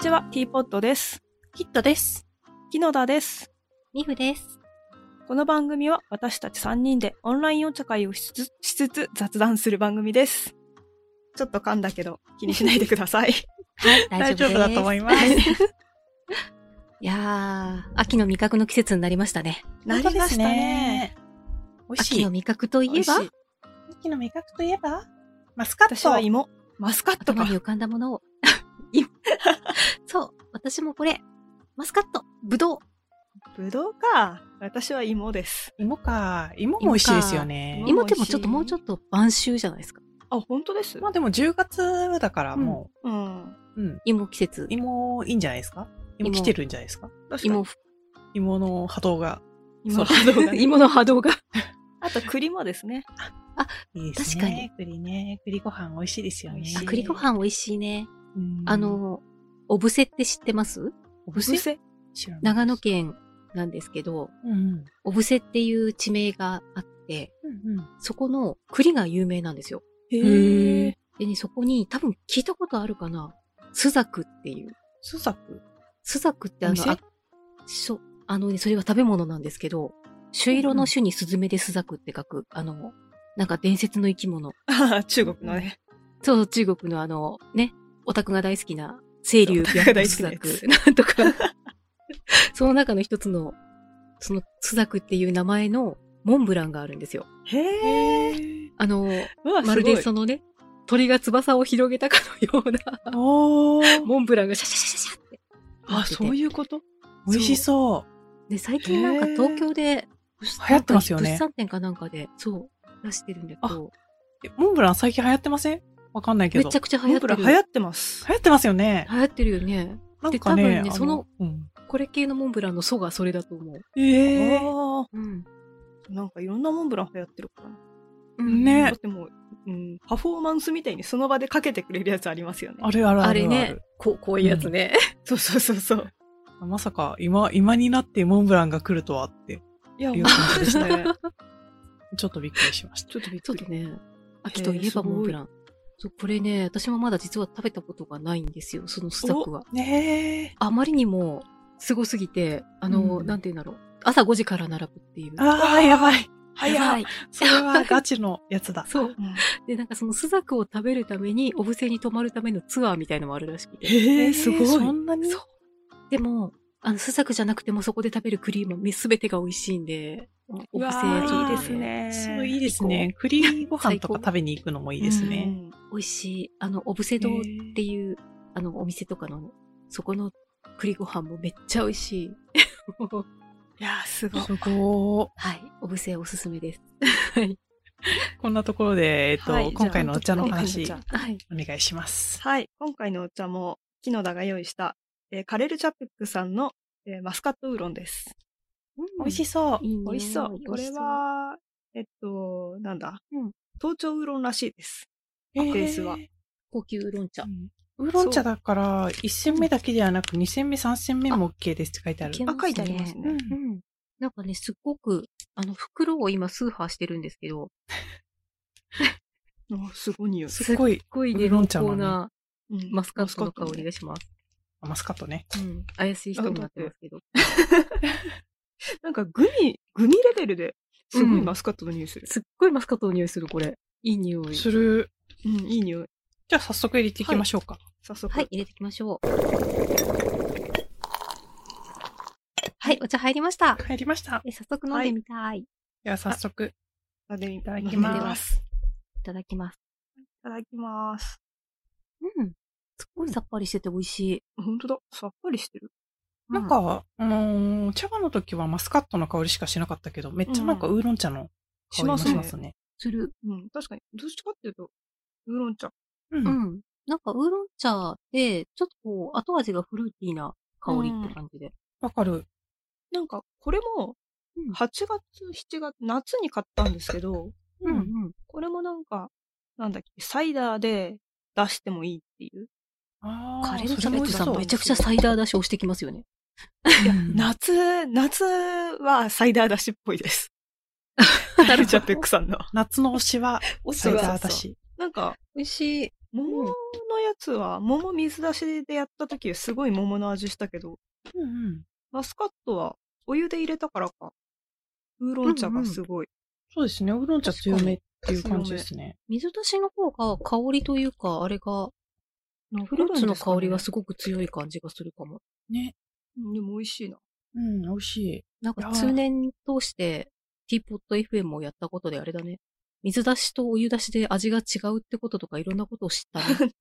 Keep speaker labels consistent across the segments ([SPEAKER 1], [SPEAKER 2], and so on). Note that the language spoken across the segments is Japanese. [SPEAKER 1] ちは、ティーポットです。
[SPEAKER 2] キットです。
[SPEAKER 1] 木野田です。
[SPEAKER 2] ミフです。
[SPEAKER 1] この番組は私たち3人でオンラインお茶会をしつつしつつ雑談する番組です。ちょっと噛んだけど気にしないでください。
[SPEAKER 2] はい、
[SPEAKER 1] 大丈夫だと思い
[SPEAKER 2] ま
[SPEAKER 1] ます。
[SPEAKER 2] す。 いやー、秋の味覚の季節になりましたね。
[SPEAKER 1] なりましたね。美味し
[SPEAKER 2] 秋
[SPEAKER 1] い
[SPEAKER 2] の。味覚とい
[SPEAKER 1] 美
[SPEAKER 2] え
[SPEAKER 1] 味し
[SPEAKER 2] ば
[SPEAKER 1] い、
[SPEAKER 3] 秋の味覚といえば、マスカッ
[SPEAKER 1] 私は
[SPEAKER 3] ト。
[SPEAKER 1] 芋、マスカット
[SPEAKER 2] 頭
[SPEAKER 1] か
[SPEAKER 2] に。浮かんだものを。今そう、私もこれ、マスカット、ぶどう。
[SPEAKER 1] ぶどうか。私は芋です。
[SPEAKER 3] 芋か。芋も美味しいですよね
[SPEAKER 1] 芋。
[SPEAKER 2] 今でもちょっともうちょっと晩秋じゃないですか。
[SPEAKER 1] あ、本当です
[SPEAKER 3] まあでも10月だからも
[SPEAKER 1] うん。
[SPEAKER 3] う、うん、
[SPEAKER 2] 芋季節、
[SPEAKER 3] 芋いいんじゃないですか芋
[SPEAKER 2] 芋
[SPEAKER 3] 来てるんじゃないですか
[SPEAKER 1] 確か
[SPEAKER 2] 芋
[SPEAKER 1] に。
[SPEAKER 2] ふ、
[SPEAKER 3] 芋の波動が。
[SPEAKER 1] 芋の
[SPEAKER 3] そう
[SPEAKER 1] 波動がね
[SPEAKER 2] 芋の波動が。
[SPEAKER 1] あと栗もですね。
[SPEAKER 3] いいですね。
[SPEAKER 2] 確かに。
[SPEAKER 3] 栗ね。栗ご飯美味しいですよね
[SPEAKER 1] 美味しい。
[SPEAKER 2] あ、栗ご飯美味しいね。
[SPEAKER 3] うん
[SPEAKER 2] あ、の、おぶせって知ってます
[SPEAKER 3] お
[SPEAKER 1] ぶ
[SPEAKER 3] ぶせ
[SPEAKER 1] せ。
[SPEAKER 3] 知らない
[SPEAKER 2] 長野。県なんですけど、
[SPEAKER 3] うんうん。
[SPEAKER 2] おぶせっていう地名があって、
[SPEAKER 3] うんうん。
[SPEAKER 2] そこの栗が有名なんですよ。
[SPEAKER 1] へえ。
[SPEAKER 2] でね、そこに多分聞いたことあるかな。スザクっていう。
[SPEAKER 3] スザク。
[SPEAKER 2] スザクってあ
[SPEAKER 1] お
[SPEAKER 2] の、
[SPEAKER 1] 店
[SPEAKER 2] あそうあのね、それは食べ物なんですけど、朱色の朱にスズメでスザクって書く、あの、なんか伝説の生き物。
[SPEAKER 1] あー 中国のね。
[SPEAKER 2] そう、中国のあの、ね、オタクが大好きな、清流
[SPEAKER 1] オタクが大好き
[SPEAKER 2] ス
[SPEAKER 1] な
[SPEAKER 2] ザ
[SPEAKER 1] や
[SPEAKER 2] ク
[SPEAKER 1] つ、
[SPEAKER 2] なんとか。 その中の一つの、そのスザクっていう名前のモンブランがあるんですよ。
[SPEAKER 1] へえ。
[SPEAKER 2] あの、
[SPEAKER 1] うわ、
[SPEAKER 2] まする
[SPEAKER 1] ごい
[SPEAKER 2] で。そのね、鳥が翼を広げたかのような、
[SPEAKER 3] おー。
[SPEAKER 2] モンブランがシャシャシャシャシャって。
[SPEAKER 1] あ、そう
[SPEAKER 2] う。
[SPEAKER 1] いうこと
[SPEAKER 3] 美味しそう。
[SPEAKER 2] で、最近なんか
[SPEAKER 1] へー
[SPEAKER 2] 東京で、
[SPEAKER 3] 流行ってますよ
[SPEAKER 2] 物
[SPEAKER 3] ね。
[SPEAKER 2] 産展かなんかで、そう、出してるんだけど、
[SPEAKER 3] えモンブラン最近流行ってませんわかんないけ
[SPEAKER 2] め
[SPEAKER 3] ど。
[SPEAKER 2] ちゃくちゃ流
[SPEAKER 1] モ
[SPEAKER 2] 行
[SPEAKER 1] ン
[SPEAKER 2] っ
[SPEAKER 1] ブ
[SPEAKER 2] て
[SPEAKER 1] ラ
[SPEAKER 2] る。
[SPEAKER 1] ン流行ってます。
[SPEAKER 3] 流行ってますよね。
[SPEAKER 2] 流行ってるよね。
[SPEAKER 3] なんかね、
[SPEAKER 2] で多分ね
[SPEAKER 3] あ
[SPEAKER 2] その、
[SPEAKER 3] うん、
[SPEAKER 2] これ系のモンブランの祖がそれだと思う。
[SPEAKER 3] ええ
[SPEAKER 1] あ
[SPEAKER 2] うん。
[SPEAKER 1] ーなんかいろんなモンブラン流行ってるからな。
[SPEAKER 3] ね
[SPEAKER 1] だってもう、うん、パフォーマンスみたいにその場でかけてくれるやつありますよね。
[SPEAKER 3] あるあるある
[SPEAKER 2] あ
[SPEAKER 3] ある
[SPEAKER 2] れね、こう、こういうやつね。
[SPEAKER 1] そうそうそうそう。
[SPEAKER 3] まさか今、今になってモンブランが来るとはって、
[SPEAKER 1] いや、本
[SPEAKER 3] いう
[SPEAKER 1] 当
[SPEAKER 3] 感
[SPEAKER 1] で
[SPEAKER 3] じですす
[SPEAKER 1] ね
[SPEAKER 3] ね。ちょっとびっくりしました。
[SPEAKER 1] ちょっとびっ
[SPEAKER 2] ちょ
[SPEAKER 1] く
[SPEAKER 2] っ
[SPEAKER 1] り
[SPEAKER 2] と。ね、秋といえばモンブラン。そう、これね、私もまだ実は食べたことがないんですよ、そのスザクは。
[SPEAKER 3] ねえ。
[SPEAKER 2] あまりにも、すごすぎて、あの、
[SPEAKER 3] うん
[SPEAKER 2] なんて言うんだろう。朝5時から並ぶっていう。
[SPEAKER 3] ああ、やばい。
[SPEAKER 2] やば
[SPEAKER 3] い。
[SPEAKER 2] い。
[SPEAKER 3] それはガチのやつ だ。
[SPEAKER 2] そう。
[SPEAKER 1] うん
[SPEAKER 2] で、なんかそのスザクを食べるために、お伏せに泊まるためのツアーみたいのもあるらしくて。
[SPEAKER 1] へえ、すごい。
[SPEAKER 3] そんなに
[SPEAKER 2] そう。でも、あの、スザクじゃなくてもそこで食べるクリームはすべてが美味しいんで、お布施
[SPEAKER 3] うわー
[SPEAKER 2] ちょっと
[SPEAKER 3] いいです
[SPEAKER 1] ね
[SPEAKER 3] そういいですね。栗ご飯とか食べに行くのもいいです
[SPEAKER 1] う
[SPEAKER 3] ね。
[SPEAKER 1] ん
[SPEAKER 2] 美味しい。あの、お伏せ堂っていう、あの、お店とかの、そこの栗ご飯もめっちゃ美味しい。
[SPEAKER 1] いやー、すごい。
[SPEAKER 3] すごい。
[SPEAKER 2] はい。お伏せおすすめです。
[SPEAKER 3] こんなところで、えっと、
[SPEAKER 1] はい
[SPEAKER 3] 今回のお茶のお話
[SPEAKER 1] じ、ゃあ
[SPEAKER 2] はい。
[SPEAKER 3] お願いします。
[SPEAKER 1] はい。今回のお茶も、木野田が用意した、えーカレルチャップックさんの、えーマスカットウーロンです。
[SPEAKER 2] 美味しい。
[SPEAKER 3] そう
[SPEAKER 2] いいね
[SPEAKER 1] 美味しそう。
[SPEAKER 2] 美
[SPEAKER 1] こ
[SPEAKER 2] 味し
[SPEAKER 1] れ
[SPEAKER 2] そう
[SPEAKER 1] は、えっと、なんだ。
[SPEAKER 2] うん
[SPEAKER 1] 頭頂ウーロンらしいです。
[SPEAKER 3] ベ
[SPEAKER 1] ベースは
[SPEAKER 2] 高級ウーロン茶。
[SPEAKER 3] ウーロン茶だから、1煎目だけではなく、2煎目、3煎目も OK ですって書いてある。
[SPEAKER 2] あ
[SPEAKER 1] あ、書いてありますね。
[SPEAKER 3] うん
[SPEAKER 2] うん。なんかね、すっごく、あの、袋を今スーハーしてるんですけど、
[SPEAKER 1] おすごい匂い。
[SPEAKER 3] すっごい
[SPEAKER 2] すっごい
[SPEAKER 3] ウ
[SPEAKER 2] ね、
[SPEAKER 3] ーロ
[SPEAKER 2] 濃
[SPEAKER 3] ン茶
[SPEAKER 2] 厚
[SPEAKER 3] なのに
[SPEAKER 2] な
[SPEAKER 1] うん
[SPEAKER 2] マスカットの香り
[SPEAKER 1] マ
[SPEAKER 2] が
[SPEAKER 1] ス
[SPEAKER 2] します。
[SPEAKER 3] マスカットね。
[SPEAKER 2] うん。怪しい人になってますけど。
[SPEAKER 1] カットねなんかグミ、グミレベルですごいマスカットの匂いする。
[SPEAKER 2] すっごいマスカットの匂いする、これ。いい匂い。
[SPEAKER 3] する。
[SPEAKER 1] うん、いい匂い。
[SPEAKER 3] じゃあ早速入れていきましょうか。
[SPEAKER 1] 早速。
[SPEAKER 2] はい、入れていきましょう。はい、お茶入りました。
[SPEAKER 3] 入りました。
[SPEAKER 2] え早速飲んでみたい。い、
[SPEAKER 3] では早速。
[SPEAKER 1] あでい
[SPEAKER 3] ただきます
[SPEAKER 1] す。
[SPEAKER 2] ただきます。
[SPEAKER 1] いただきます。
[SPEAKER 2] うん。すごいさっぱりしてて美味しい。
[SPEAKER 1] 本当だ。さっぱりしてる。
[SPEAKER 3] なんか、うーん、茶葉の時はマスカットの香りしかしなかったけど、めっちゃなんかウーロン茶の香りもしますね。
[SPEAKER 2] する。
[SPEAKER 1] うん、確かに。どっちかっていうと、ウーロン茶。
[SPEAKER 3] う。
[SPEAKER 2] うんん。なんかウーロン茶で、ちょっとこう、後味がフルーティーな香りって感じで。
[SPEAKER 3] わかる。
[SPEAKER 1] なんか、これも
[SPEAKER 2] うん、
[SPEAKER 1] 8月、7月、夏に買ったんですけど、
[SPEAKER 2] う
[SPEAKER 3] うんん
[SPEAKER 2] うん。
[SPEAKER 1] これもなんか、なんだっけ、サイダーで出してもいいっていう。
[SPEAKER 3] あー
[SPEAKER 2] カレーのキ
[SPEAKER 3] そ
[SPEAKER 2] ャ
[SPEAKER 3] れ
[SPEAKER 2] ベ
[SPEAKER 3] も美
[SPEAKER 2] ツ
[SPEAKER 3] 味し
[SPEAKER 2] さ
[SPEAKER 3] そ
[SPEAKER 2] ん
[SPEAKER 3] う
[SPEAKER 2] めちゃくちゃサイダー出し押してきますよね。
[SPEAKER 3] うん
[SPEAKER 1] 夏、夏はサイダー出しっぽいです。 カルチャーペックさんの。
[SPEAKER 3] 夏の推しは、
[SPEAKER 1] お
[SPEAKER 3] サイダー
[SPEAKER 1] だ
[SPEAKER 3] だ
[SPEAKER 1] し。
[SPEAKER 3] し。
[SPEAKER 1] なんか、
[SPEAKER 2] 美味しい。
[SPEAKER 1] 桃のやつは、桃水出しでやった時はすごい桃の味したけど、
[SPEAKER 3] うんうん。
[SPEAKER 1] マスカットはお湯で入れたからか、ウーロン茶がすごい。
[SPEAKER 3] そうですね。ウーロン茶強めっていう感じですね。
[SPEAKER 2] 水出しの方が香りというか、あれが、フ
[SPEAKER 1] フ
[SPEAKER 2] ルーツの香りはすごく強い感じがするかも。
[SPEAKER 3] ね。
[SPEAKER 1] でも美味しいな。
[SPEAKER 3] うん、美味しい。
[SPEAKER 2] なん
[SPEAKER 3] い
[SPEAKER 2] か
[SPEAKER 3] やー
[SPEAKER 2] 通年通して、ティーポット FM をやったことであれだね。水出しとお湯出しで味が違うってこととかいろんなことを知ったね。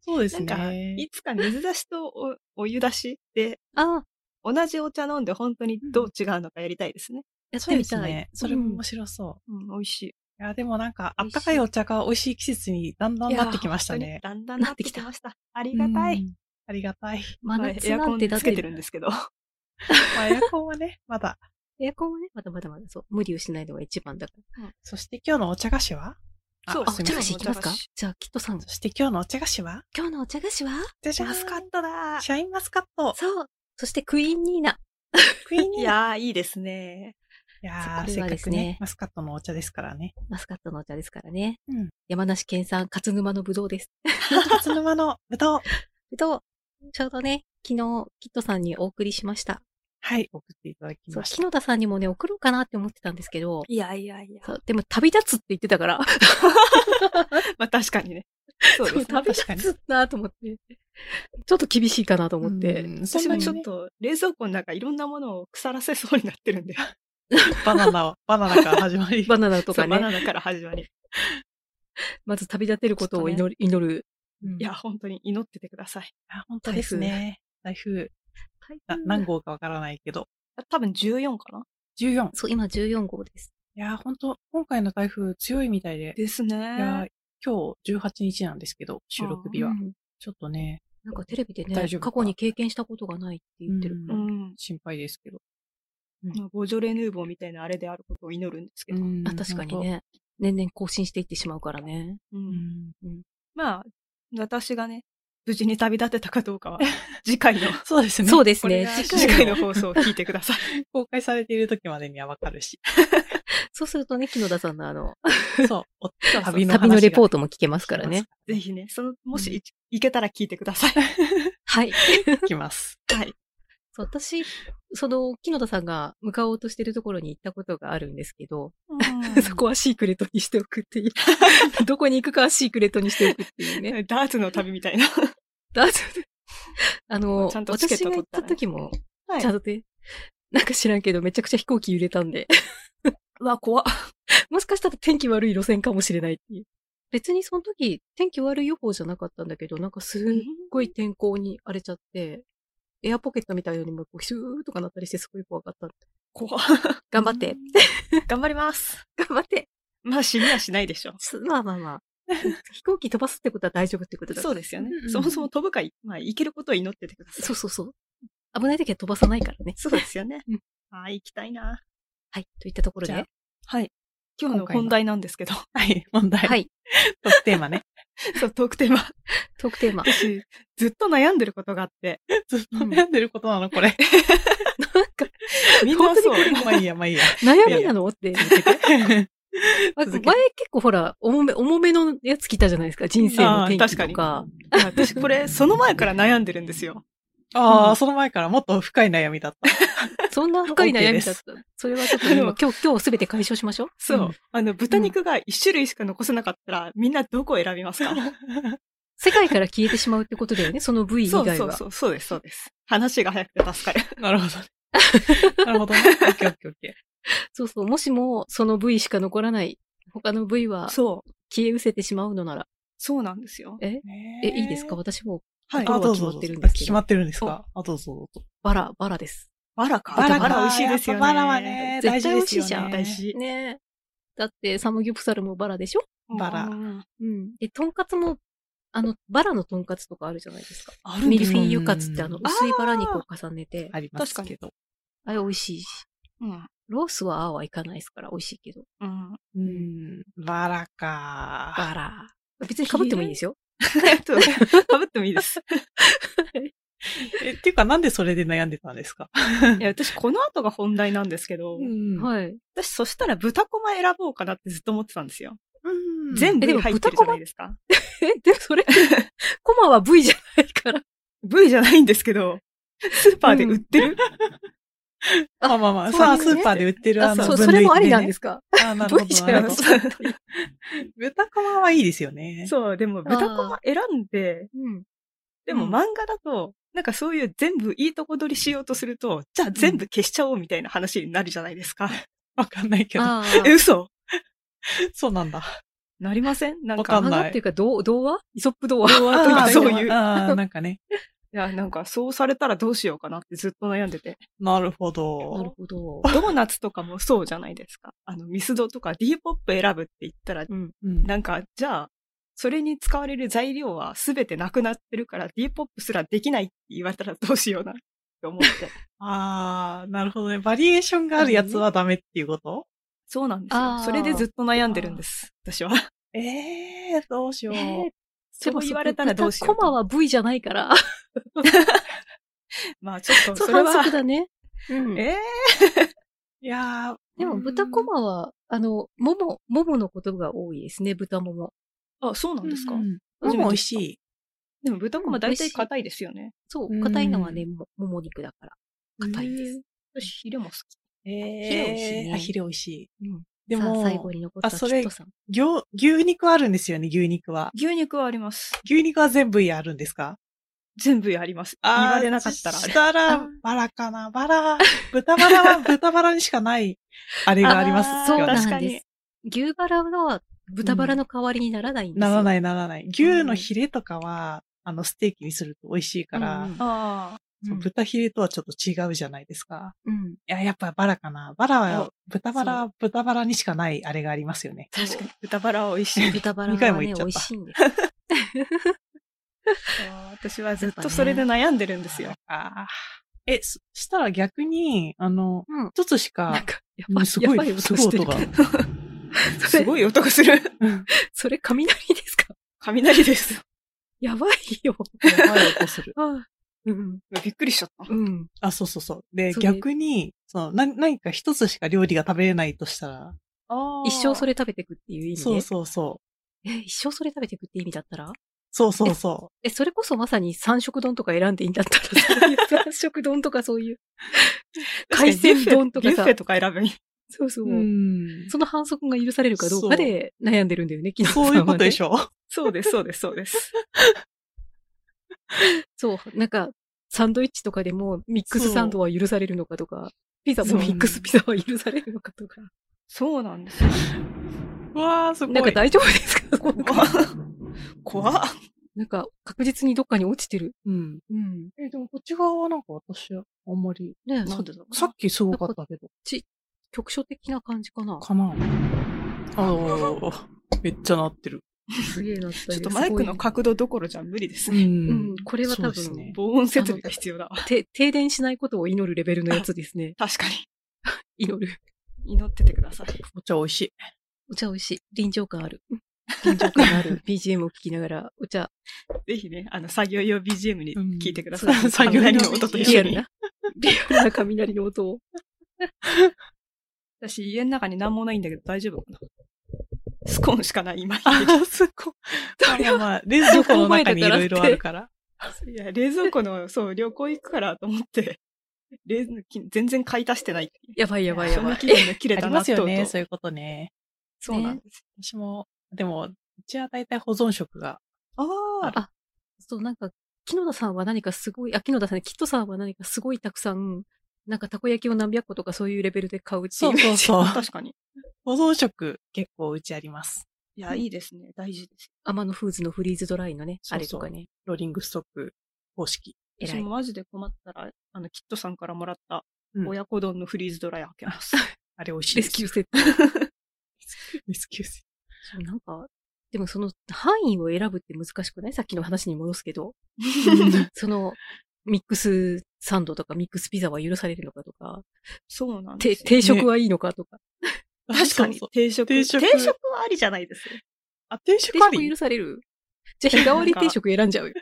[SPEAKER 3] そうです
[SPEAKER 1] なんか、
[SPEAKER 3] ね。
[SPEAKER 1] いつか水出しとおお湯出しで、
[SPEAKER 2] ああ、
[SPEAKER 1] 同じお茶飲んで本当にどう違うのかやりたいですね。
[SPEAKER 2] やっ
[SPEAKER 3] そ
[SPEAKER 2] て
[SPEAKER 3] うで
[SPEAKER 2] み
[SPEAKER 3] す
[SPEAKER 2] たい。
[SPEAKER 3] ね。それも面白そう。
[SPEAKER 1] うん、美味しい。
[SPEAKER 3] いや、でもなんか、あったかいお茶が美味しい季節にだんだんなってきましたね。
[SPEAKER 1] 本当にだんだんなってきてました。ありがた
[SPEAKER 3] う
[SPEAKER 1] い。
[SPEAKER 3] ん。ありがたい。
[SPEAKER 2] 真
[SPEAKER 1] はい
[SPEAKER 2] 夏
[SPEAKER 1] エア
[SPEAKER 2] な
[SPEAKER 1] コ
[SPEAKER 2] ん
[SPEAKER 1] ン
[SPEAKER 2] てだっ
[SPEAKER 1] つけて
[SPEAKER 2] て、
[SPEAKER 1] るんですけど。
[SPEAKER 3] まあ、エアコンはね、 まだ。
[SPEAKER 2] エアコンはね、まだまだまだそう。無理をしないのが一番だから。
[SPEAKER 3] そして今日のお茶菓子はあ
[SPEAKER 1] そう
[SPEAKER 2] あ、お
[SPEAKER 3] す
[SPEAKER 1] す
[SPEAKER 3] み
[SPEAKER 1] い
[SPEAKER 2] 茶
[SPEAKER 1] ません
[SPEAKER 2] 菓子い
[SPEAKER 3] ません
[SPEAKER 2] き
[SPEAKER 1] お
[SPEAKER 2] ます
[SPEAKER 1] 茶
[SPEAKER 2] か
[SPEAKER 1] 菓子
[SPEAKER 2] じゃあ、きっとさん
[SPEAKER 3] そ。して今日のお茶菓子は
[SPEAKER 2] 今日のお茶菓子は
[SPEAKER 3] じゃじゃー
[SPEAKER 1] マ
[SPEAKER 3] ん
[SPEAKER 1] スカットだ
[SPEAKER 3] シャインマスカット。
[SPEAKER 2] そう。そしてクイーンニーナ。
[SPEAKER 3] クイーンニ
[SPEAKER 1] い
[SPEAKER 3] ーナ
[SPEAKER 1] やー、いいですね。
[SPEAKER 3] い
[SPEAKER 2] そ
[SPEAKER 3] や
[SPEAKER 2] う
[SPEAKER 3] ー、
[SPEAKER 2] これ
[SPEAKER 3] せ
[SPEAKER 2] は
[SPEAKER 3] っ
[SPEAKER 2] で
[SPEAKER 3] か
[SPEAKER 2] す
[SPEAKER 3] く
[SPEAKER 2] ね
[SPEAKER 3] ね、マスカットのお茶ですからね。
[SPEAKER 2] マスカットのお茶ですからね。
[SPEAKER 3] うん。
[SPEAKER 2] 山梨県産勝沼のぶどうです。
[SPEAKER 3] 勝沼のぶどう。
[SPEAKER 2] ぶどう。ちょうどね、昨日、キットさんにお送りしました。
[SPEAKER 3] はい、送っていただき
[SPEAKER 2] そう、
[SPEAKER 3] ました。
[SPEAKER 2] 木野田さんにもね、送ろうかなって思ってたんですけど、
[SPEAKER 1] いやいやいや。
[SPEAKER 2] そうでも旅立つって言ってたから、
[SPEAKER 1] まあ確かにね。そうですね。
[SPEAKER 2] 旅立つなと思って、ちょっと厳しいかなと思って、
[SPEAKER 3] うんそ
[SPEAKER 1] 私
[SPEAKER 3] んな
[SPEAKER 1] も
[SPEAKER 3] に
[SPEAKER 1] ちょ
[SPEAKER 3] ね
[SPEAKER 1] っと冷蔵庫の中いろんなものを腐らせそうになってるんで。
[SPEAKER 3] バナナを、バナナから始まり。
[SPEAKER 2] バナナと
[SPEAKER 1] そ
[SPEAKER 2] か
[SPEAKER 1] うバ
[SPEAKER 2] ね、
[SPEAKER 1] ナナから始まり。い
[SPEAKER 2] まず旅立てることを祈る、祈る。うん
[SPEAKER 1] や、、本当に祈っててください。
[SPEAKER 3] あ本当ですね。台風、な何号かわからないけど、
[SPEAKER 1] 多分14かな
[SPEAKER 3] 14。い
[SPEAKER 2] そう、今14号です。
[SPEAKER 3] やー、本当今回の台風強いみたいで、
[SPEAKER 1] です
[SPEAKER 3] いや
[SPEAKER 1] ね。
[SPEAKER 3] ー、今日18日なんですけど、収録日は。
[SPEAKER 2] うん
[SPEAKER 3] ちょっとね、
[SPEAKER 2] なんかテレビでね
[SPEAKER 3] 大丈、夫か
[SPEAKER 2] 過去に経験したことがないって言ってる。
[SPEAKER 3] うん
[SPEAKER 1] うん。
[SPEAKER 3] 心配ですけど。
[SPEAKER 1] ボジョレ・ヌーボーみたいなあれであることを祈るんですけど。
[SPEAKER 2] あ確かに。ね、年々更新していってしまうからね。
[SPEAKER 1] う
[SPEAKER 3] うんん
[SPEAKER 1] まあ、私がね、無事に旅立てたかどうかは、次回の、
[SPEAKER 3] そうですね。
[SPEAKER 2] そうです
[SPEAKER 1] これ
[SPEAKER 2] ね
[SPEAKER 1] が。次
[SPEAKER 2] 次回
[SPEAKER 1] 回
[SPEAKER 2] の。
[SPEAKER 1] の放送を聞いてください。
[SPEAKER 3] 公開されている時までにはわか るし。
[SPEAKER 2] そうするとね、木野田さんのあの、
[SPEAKER 3] そう。お
[SPEAKER 2] 旅
[SPEAKER 3] 旅
[SPEAKER 2] の
[SPEAKER 3] の
[SPEAKER 2] レポー
[SPEAKER 3] ト
[SPEAKER 2] トも聞けますからね。。
[SPEAKER 1] ぜひね、その、もし、行けたら聞いてください。
[SPEAKER 2] はい。
[SPEAKER 3] 聞きます。
[SPEAKER 1] はい。
[SPEAKER 2] そう、私、その、木野田さんが向かおうとしてるところに行ったことがあるんですけど、そこはシークレットにしてお くっていう。どこに行くかはシークレットにしておくっていうね。
[SPEAKER 1] ダーツの旅みたいな。
[SPEAKER 2] だあの、
[SPEAKER 1] ちゃんとチケッ
[SPEAKER 2] 私
[SPEAKER 1] ト
[SPEAKER 2] が
[SPEAKER 1] 取
[SPEAKER 2] 行
[SPEAKER 1] っ
[SPEAKER 2] った
[SPEAKER 1] ら
[SPEAKER 2] た
[SPEAKER 1] ね
[SPEAKER 2] 時も、
[SPEAKER 1] は
[SPEAKER 2] ちゃんとね、なんか知らんけど、めちゃくちゃ飛行機揺れたんで、
[SPEAKER 1] うわ、怖っ。
[SPEAKER 2] もしかしたら天気悪い路線かもしれないっていう。別にその時、天気悪い予報じゃなかったんだけど、なんかすっごい天候に荒れちゃって、エアポケットみたいなのにもこうヒューとかなったりしてすごい怖かった。
[SPEAKER 1] 怖っ。
[SPEAKER 2] 頑張って、
[SPEAKER 1] 頑張ります。
[SPEAKER 2] 頑張って。
[SPEAKER 1] まあ、死にはしないでしょ
[SPEAKER 2] すまあま あまあ。飛行機飛ばすってことは大丈夫ってこと
[SPEAKER 1] う。
[SPEAKER 2] だ。
[SPEAKER 1] そうですよね
[SPEAKER 3] うんう。ん
[SPEAKER 1] そもそも飛ぶか、まあ、行けることを祈っててください。
[SPEAKER 2] そうそうそう。危ない時は飛ばさないからね。
[SPEAKER 1] そうですよね
[SPEAKER 2] うん。
[SPEAKER 1] ああ、行きたいな。
[SPEAKER 2] はい。といったところ
[SPEAKER 3] じゃ
[SPEAKER 2] で
[SPEAKER 3] あ。
[SPEAKER 1] はい。今日の本題なんですけど、
[SPEAKER 3] はい、問題。
[SPEAKER 2] はい。
[SPEAKER 3] トークテーマ ね。
[SPEAKER 1] そう、トークテーマ。
[SPEAKER 2] トークテー マ。
[SPEAKER 1] 私、ずっと悩んでることがあって、
[SPEAKER 3] ずっと悩んでることなの、これ。
[SPEAKER 2] なんか、
[SPEAKER 1] みんな
[SPEAKER 2] 本当
[SPEAKER 1] そ
[SPEAKER 2] に
[SPEAKER 1] う
[SPEAKER 2] これ。
[SPEAKER 3] まあいいや、まあいいや。
[SPEAKER 2] 悩みなのって。
[SPEAKER 3] 続けて
[SPEAKER 2] あ前
[SPEAKER 3] 続けて
[SPEAKER 2] 結構ほら、重め、重めのやつ来たじゃないですか。人生の天気とか。
[SPEAKER 1] あいや 私、これ、その前から悩んでるんですよ。
[SPEAKER 3] あ
[SPEAKER 2] う
[SPEAKER 3] あ、
[SPEAKER 2] ん
[SPEAKER 3] その前からもっと深い悩みだった。
[SPEAKER 2] そんな深い悩みだった。それはちょっと 今、
[SPEAKER 1] で
[SPEAKER 2] 今
[SPEAKER 1] も
[SPEAKER 2] 日、今日すべて解消しましょう。
[SPEAKER 1] そう。
[SPEAKER 3] うん
[SPEAKER 1] あの、豚肉が一種類しか残せなかったら、みんなどこを選びますか
[SPEAKER 2] 世界から消えてしまうってことだよ ね。その部位以
[SPEAKER 1] そう
[SPEAKER 2] 外
[SPEAKER 1] そう
[SPEAKER 2] は
[SPEAKER 1] そ。う、そうです、そうです。話が早くて助かる。
[SPEAKER 3] なるほど。なるほどね。オッケーオッケーオッケ
[SPEAKER 2] そうそう。もしも、その部位しか残らない。他の部位 は
[SPEAKER 1] そう。
[SPEAKER 2] 消え失せてしまうのなら。
[SPEAKER 1] そうなんですよ。
[SPEAKER 2] え
[SPEAKER 3] ー。
[SPEAKER 2] え、いいですか私も
[SPEAKER 1] はい。
[SPEAKER 2] あ
[SPEAKER 3] あ、
[SPEAKER 2] ど
[SPEAKER 3] ど
[SPEAKER 2] う
[SPEAKER 3] う
[SPEAKER 2] ぞど
[SPEAKER 3] ぞ。
[SPEAKER 2] うぞ決
[SPEAKER 3] 決
[SPEAKER 2] ま
[SPEAKER 3] まってるんですかあ、どうぞどうぞ。
[SPEAKER 2] バラ、バラです。
[SPEAKER 1] バラか。
[SPEAKER 2] バラか
[SPEAKER 1] バラ美味しいですよね。
[SPEAKER 3] やっぱバラはね、
[SPEAKER 2] 絶対
[SPEAKER 3] 大事ですよ
[SPEAKER 2] 美味しいじゃん
[SPEAKER 3] ね。
[SPEAKER 1] 大事。
[SPEAKER 2] ねえ。だって、サムギョプサルもバラでしょ
[SPEAKER 3] バラ
[SPEAKER 1] うん
[SPEAKER 2] うん。で、トンカツも、あの、バラのトンカツとかあるじゃないですか。
[SPEAKER 1] あるん
[SPEAKER 2] ミ
[SPEAKER 1] で
[SPEAKER 2] ル
[SPEAKER 1] す
[SPEAKER 2] フ
[SPEAKER 1] か
[SPEAKER 2] ィーユカツってあの、
[SPEAKER 3] う
[SPEAKER 2] 薄いバラ肉を重ねて、
[SPEAKER 3] ありますけど。
[SPEAKER 2] あれ美味しいし。
[SPEAKER 1] うん。
[SPEAKER 2] ロースはああはいかないですから、美味しいけど。
[SPEAKER 1] うん。
[SPEAKER 3] うーん、バラか。
[SPEAKER 2] バラ。別に被ってもいいんですよ。
[SPEAKER 1] そうかぶってもいいです。
[SPEAKER 3] え、っていうか、なんでそれで悩んでたんですか
[SPEAKER 1] いや、私、この後が本題なんですけど、
[SPEAKER 3] んはい。
[SPEAKER 2] はい。
[SPEAKER 1] 私、そしたら豚こま選ぼうかなってずっと思ってたんですよ。
[SPEAKER 3] う
[SPEAKER 1] 全部
[SPEAKER 2] えでも
[SPEAKER 1] 入ってるじゃないですか。
[SPEAKER 2] え、でもそれ、コマは V じゃないから。
[SPEAKER 1] 部じゃないんですけど、 スーパーで売って る、
[SPEAKER 3] まあまあまあ、
[SPEAKER 2] そう
[SPEAKER 3] さ
[SPEAKER 2] なん
[SPEAKER 3] あ、
[SPEAKER 2] で
[SPEAKER 3] ス
[SPEAKER 2] すね
[SPEAKER 3] ーパーで売ってるあ
[SPEAKER 2] あ
[SPEAKER 3] の、。
[SPEAKER 2] そうそれもありなんですすか
[SPEAKER 3] あーなる
[SPEAKER 2] ?V
[SPEAKER 3] ほ
[SPEAKER 2] じゃ
[SPEAKER 3] どな
[SPEAKER 2] な
[SPEAKER 3] る
[SPEAKER 2] い
[SPEAKER 3] ほ
[SPEAKER 2] そう
[SPEAKER 3] ど。
[SPEAKER 2] という
[SPEAKER 3] 豚こまはいいですよね。
[SPEAKER 1] そう、でも豚こま選んで、
[SPEAKER 2] うん。
[SPEAKER 1] でも
[SPEAKER 3] うん
[SPEAKER 1] 漫画だと、なんかそういう全部いいとこ取りしようとすると、じゃあ全部消しちゃおうみたいな話になるじゃないですか。
[SPEAKER 3] わかんないけど。
[SPEAKER 2] あ
[SPEAKER 1] え、
[SPEAKER 2] あ。
[SPEAKER 1] 嘘
[SPEAKER 3] そうなん だ。
[SPEAKER 1] なりませんなん
[SPEAKER 3] わ
[SPEAKER 1] か
[SPEAKER 3] かん
[SPEAKER 2] 漫
[SPEAKER 3] ない
[SPEAKER 2] 画っていうか、童童話イソップ童話
[SPEAKER 1] あとかそういう
[SPEAKER 3] あーなんかね。
[SPEAKER 1] いや、なんかそうされたらどうしようかなってずっと悩んでて。
[SPEAKER 3] なるほ
[SPEAKER 2] なる
[SPEAKER 3] ど。
[SPEAKER 2] ほど。
[SPEAKER 1] ドーナツとかもそうじゃないですか。あの、ミスドとか D ポップ選ぶって言ったら、
[SPEAKER 2] うん。
[SPEAKER 3] うん
[SPEAKER 1] なんか、じゃあ、それに使われる材料は全てなくなってるから、D ポップすらできないって言われたらどうしようなって思って。
[SPEAKER 3] ああ、なるほどね。バリエーションがあるやつはダメっていうこと
[SPEAKER 1] そうなんです
[SPEAKER 2] あ
[SPEAKER 1] よ。
[SPEAKER 2] ー
[SPEAKER 1] それでずっと悩んでるんです。私は。
[SPEAKER 3] ええー、どうしよう。
[SPEAKER 2] えー
[SPEAKER 1] そう言われたらどうしよう
[SPEAKER 2] コマは V じゃないから。
[SPEAKER 1] まあちょっと、
[SPEAKER 2] そ
[SPEAKER 1] そ
[SPEAKER 2] う
[SPEAKER 1] れ
[SPEAKER 2] 反
[SPEAKER 1] は
[SPEAKER 2] 則。だね。うん
[SPEAKER 1] えー
[SPEAKER 3] いやー
[SPEAKER 2] でも、豚こまは、あの、もも、もものことが多いですね、豚もも。
[SPEAKER 1] あ、そうなんですか。
[SPEAKER 3] うん
[SPEAKER 1] 初めて知った
[SPEAKER 3] もう美味しい。
[SPEAKER 1] でも豚こま
[SPEAKER 2] うん美
[SPEAKER 1] 大
[SPEAKER 2] 味しい
[SPEAKER 1] 体硬いですよね。
[SPEAKER 2] そう、
[SPEAKER 3] うん
[SPEAKER 2] 硬いのはね、ももも肉だから。硬いです。
[SPEAKER 1] 私、ヒレも好き。
[SPEAKER 3] ええ
[SPEAKER 2] ヒレ美味しいね
[SPEAKER 3] あ、ヒレ美味しい。
[SPEAKER 2] うん
[SPEAKER 3] で
[SPEAKER 2] さあ
[SPEAKER 3] も、
[SPEAKER 2] 最後に残った
[SPEAKER 3] あそ
[SPEAKER 2] キッ
[SPEAKER 3] れ
[SPEAKER 2] トさん。
[SPEAKER 3] 牛、牛肉あるんですよね、牛肉は。
[SPEAKER 1] 牛肉はあります。
[SPEAKER 3] 牛肉は全部やるんですか
[SPEAKER 1] 全部あります。言われなかったら
[SPEAKER 3] あ
[SPEAKER 1] あ
[SPEAKER 3] ー
[SPEAKER 1] れ。
[SPEAKER 3] した
[SPEAKER 2] あ
[SPEAKER 3] ら
[SPEAKER 2] ー、
[SPEAKER 3] バラかな、バラ。豚バラ は、豚バラにしかない、あれがあります
[SPEAKER 1] あー
[SPEAKER 2] そう
[SPEAKER 3] よね
[SPEAKER 1] だ
[SPEAKER 2] なんです。牛バラは豚バラの代わりにならないんですよ。
[SPEAKER 3] なら
[SPEAKER 2] い
[SPEAKER 3] ないならない。牛のヒレとかは、あの、ステーキにすると美味しいから、
[SPEAKER 1] ああ。
[SPEAKER 3] そう豚ヒレとはちょっと違うじゃないですか。
[SPEAKER 2] うん。
[SPEAKER 3] いや、やっぱバラかな。バラは
[SPEAKER 1] お、
[SPEAKER 3] 豚バラは豚バラにしかないあれがありますよね。
[SPEAKER 1] 確かに。豚バラは美味しい。
[SPEAKER 2] 豚バラ
[SPEAKER 3] 二回
[SPEAKER 2] は
[SPEAKER 3] も
[SPEAKER 2] ね、
[SPEAKER 3] 言
[SPEAKER 2] 美
[SPEAKER 3] っちゃった
[SPEAKER 2] 味しいんです。
[SPEAKER 1] 私はずっとそれで悩んでるんですよ。
[SPEAKER 3] ああ。え、そしたら逆に、あの、
[SPEAKER 2] うん。
[SPEAKER 3] 一つしか
[SPEAKER 2] なん、か、や
[SPEAKER 3] う
[SPEAKER 2] ば
[SPEAKER 3] ん
[SPEAKER 2] い、
[SPEAKER 3] す
[SPEAKER 2] や
[SPEAKER 3] ご
[SPEAKER 2] ばい
[SPEAKER 3] い、
[SPEAKER 2] 音
[SPEAKER 3] すごい
[SPEAKER 2] して
[SPEAKER 3] 音
[SPEAKER 2] るけ
[SPEAKER 3] が
[SPEAKER 2] ど。。
[SPEAKER 1] すごい音がする。
[SPEAKER 2] それ雷ですか
[SPEAKER 1] 雷です。
[SPEAKER 2] やばいよ。
[SPEAKER 3] やばい音する。
[SPEAKER 2] うん。
[SPEAKER 1] びっくりしちゃった。
[SPEAKER 2] うん。
[SPEAKER 3] あ、そうそうそう。で、
[SPEAKER 2] それ
[SPEAKER 3] 逆に、その、な、何か一つしか料理が食べれないとしたら、
[SPEAKER 2] 一生そ
[SPEAKER 1] れ。
[SPEAKER 2] れ食べてくっていう意味ね。
[SPEAKER 3] そうそうそう。
[SPEAKER 2] え、一生それ食べてくって意味だったら
[SPEAKER 3] そうそうそ。
[SPEAKER 2] え、それこそまさに三色丼とか選んでいいんだったら、そういう 三色丼とかそういう、海鮮丼とか
[SPEAKER 1] ビュッ
[SPEAKER 2] さ
[SPEAKER 1] フェ、とか選ぶに。
[SPEAKER 2] そうそうう、
[SPEAKER 3] うん。
[SPEAKER 2] その反則が許されるかどうかで悩んでるんだよね、昨日、
[SPEAKER 3] そういうことでし
[SPEAKER 2] ょ。
[SPEAKER 3] ょ
[SPEAKER 1] そうです、そうです、そうです。
[SPEAKER 2] そう、なんか、サンドイッチとかでもミックスサンドは許されるのかとか、ピザ
[SPEAKER 1] そ
[SPEAKER 2] も
[SPEAKER 1] う
[SPEAKER 2] ミックスピザは許されるのかとか、
[SPEAKER 1] そうなんですよ。
[SPEAKER 3] うわー、すごい。
[SPEAKER 2] なんか大丈夫です か
[SPEAKER 1] 怖っ怖っ
[SPEAKER 2] なんか確実にどっかに落ちてる。
[SPEAKER 3] うん。
[SPEAKER 2] うん。
[SPEAKER 3] え、でもこっち側はなんか私、あんまり、
[SPEAKER 2] ねえ
[SPEAKER 1] な
[SPEAKER 2] そ
[SPEAKER 1] ん
[SPEAKER 2] う
[SPEAKER 1] でだろうな
[SPEAKER 3] さっきすごかったけど。
[SPEAKER 2] 局所的な感じか な。
[SPEAKER 3] かなああ、めっちゃなってる。
[SPEAKER 2] すげえなっ
[SPEAKER 1] ち
[SPEAKER 2] た
[SPEAKER 1] ょっ
[SPEAKER 2] よ
[SPEAKER 1] とマイク
[SPEAKER 2] すごい
[SPEAKER 1] の
[SPEAKER 2] ね
[SPEAKER 1] 角度どころじゃ無理です
[SPEAKER 3] う
[SPEAKER 1] ね。
[SPEAKER 3] ん
[SPEAKER 2] うんこれは多分
[SPEAKER 3] そうですね
[SPEAKER 1] 防音設備が必要だわ。
[SPEAKER 2] て停電しないことを祈るレベルのやつですね。
[SPEAKER 1] 確かに。
[SPEAKER 2] 祈る。
[SPEAKER 1] 祈っててください。
[SPEAKER 3] お茶美味しい。
[SPEAKER 2] お茶美味しい。臨場感ある。臨場感のあ る BGM を聞きながら、お茶、
[SPEAKER 1] ぜひね、あの、作業用 BGM に聞いてくださ
[SPEAKER 3] うん
[SPEAKER 1] い。
[SPEAKER 3] 作業用
[SPEAKER 1] 雷の音と一
[SPEAKER 2] リ
[SPEAKER 1] 緒
[SPEAKER 2] アル
[SPEAKER 1] に。
[SPEAKER 2] な、リアルな雷の音を。
[SPEAKER 1] 私、家の中に何もないんだけど大丈夫かなスコーンしかない、今。
[SPEAKER 3] あー、すごい。まあまあまあ、冷蔵庫の中にいろいろあるから。
[SPEAKER 1] いや、冷蔵庫の、そう、旅行行くからと思って、 冷蔵庫全然買い足してない。
[SPEAKER 2] やばいやばいや
[SPEAKER 1] 賞
[SPEAKER 2] ば
[SPEAKER 1] 味
[SPEAKER 2] い
[SPEAKER 1] 期。限の切れ
[SPEAKER 3] あ
[SPEAKER 1] た
[SPEAKER 3] り
[SPEAKER 1] 納
[SPEAKER 3] ま
[SPEAKER 1] 豆
[SPEAKER 3] す
[SPEAKER 1] と。
[SPEAKER 3] よね、そういうことね。
[SPEAKER 1] そうなんです。
[SPEAKER 3] 私も、でも、うちは大体保存食が。
[SPEAKER 1] ああ、
[SPEAKER 2] あそう、なんか、木野田さんは何かすごい、あ、木野田さんね、キットさんは何かすごいたくさん、なんかたこ焼きを何百個とかそういうレベルで買うっていう。
[SPEAKER 3] そうそうそう
[SPEAKER 1] 確かに。
[SPEAKER 3] 保存食結構うちあります。
[SPEAKER 1] いや、いいですね。大事です。
[SPEAKER 2] アマノフーズのフリーズドライのね、
[SPEAKER 3] そうそう
[SPEAKER 2] あれとかね。
[SPEAKER 3] ローリングストック方式。
[SPEAKER 2] 偉
[SPEAKER 1] 私
[SPEAKER 2] い
[SPEAKER 1] も。マジで困ったら、あの、キットさんからもらった
[SPEAKER 3] うん
[SPEAKER 1] 親子丼のフリーズドライ開けます。
[SPEAKER 3] あれ美味しい
[SPEAKER 2] レ
[SPEAKER 3] で
[SPEAKER 2] ス
[SPEAKER 3] す。
[SPEAKER 2] キューセット。
[SPEAKER 3] レスキューセ
[SPEAKER 2] そうなんか、でもその範囲を選ぶって難しくないさっきの話に戻すけど。 その、ミックスサンドとかミックスピザは許されるのかとか、
[SPEAKER 1] そうなんで
[SPEAKER 2] て
[SPEAKER 1] すよ。
[SPEAKER 2] 定食はいいのかとか、
[SPEAKER 3] ット
[SPEAKER 1] 確かに
[SPEAKER 3] そうそう。
[SPEAKER 1] 定食。
[SPEAKER 3] 定食
[SPEAKER 1] はありじゃないです。
[SPEAKER 3] あ、定食
[SPEAKER 2] 定
[SPEAKER 3] あ
[SPEAKER 2] 食
[SPEAKER 3] り
[SPEAKER 2] 許されるじゃあ日替わり定食選んじゃうよ。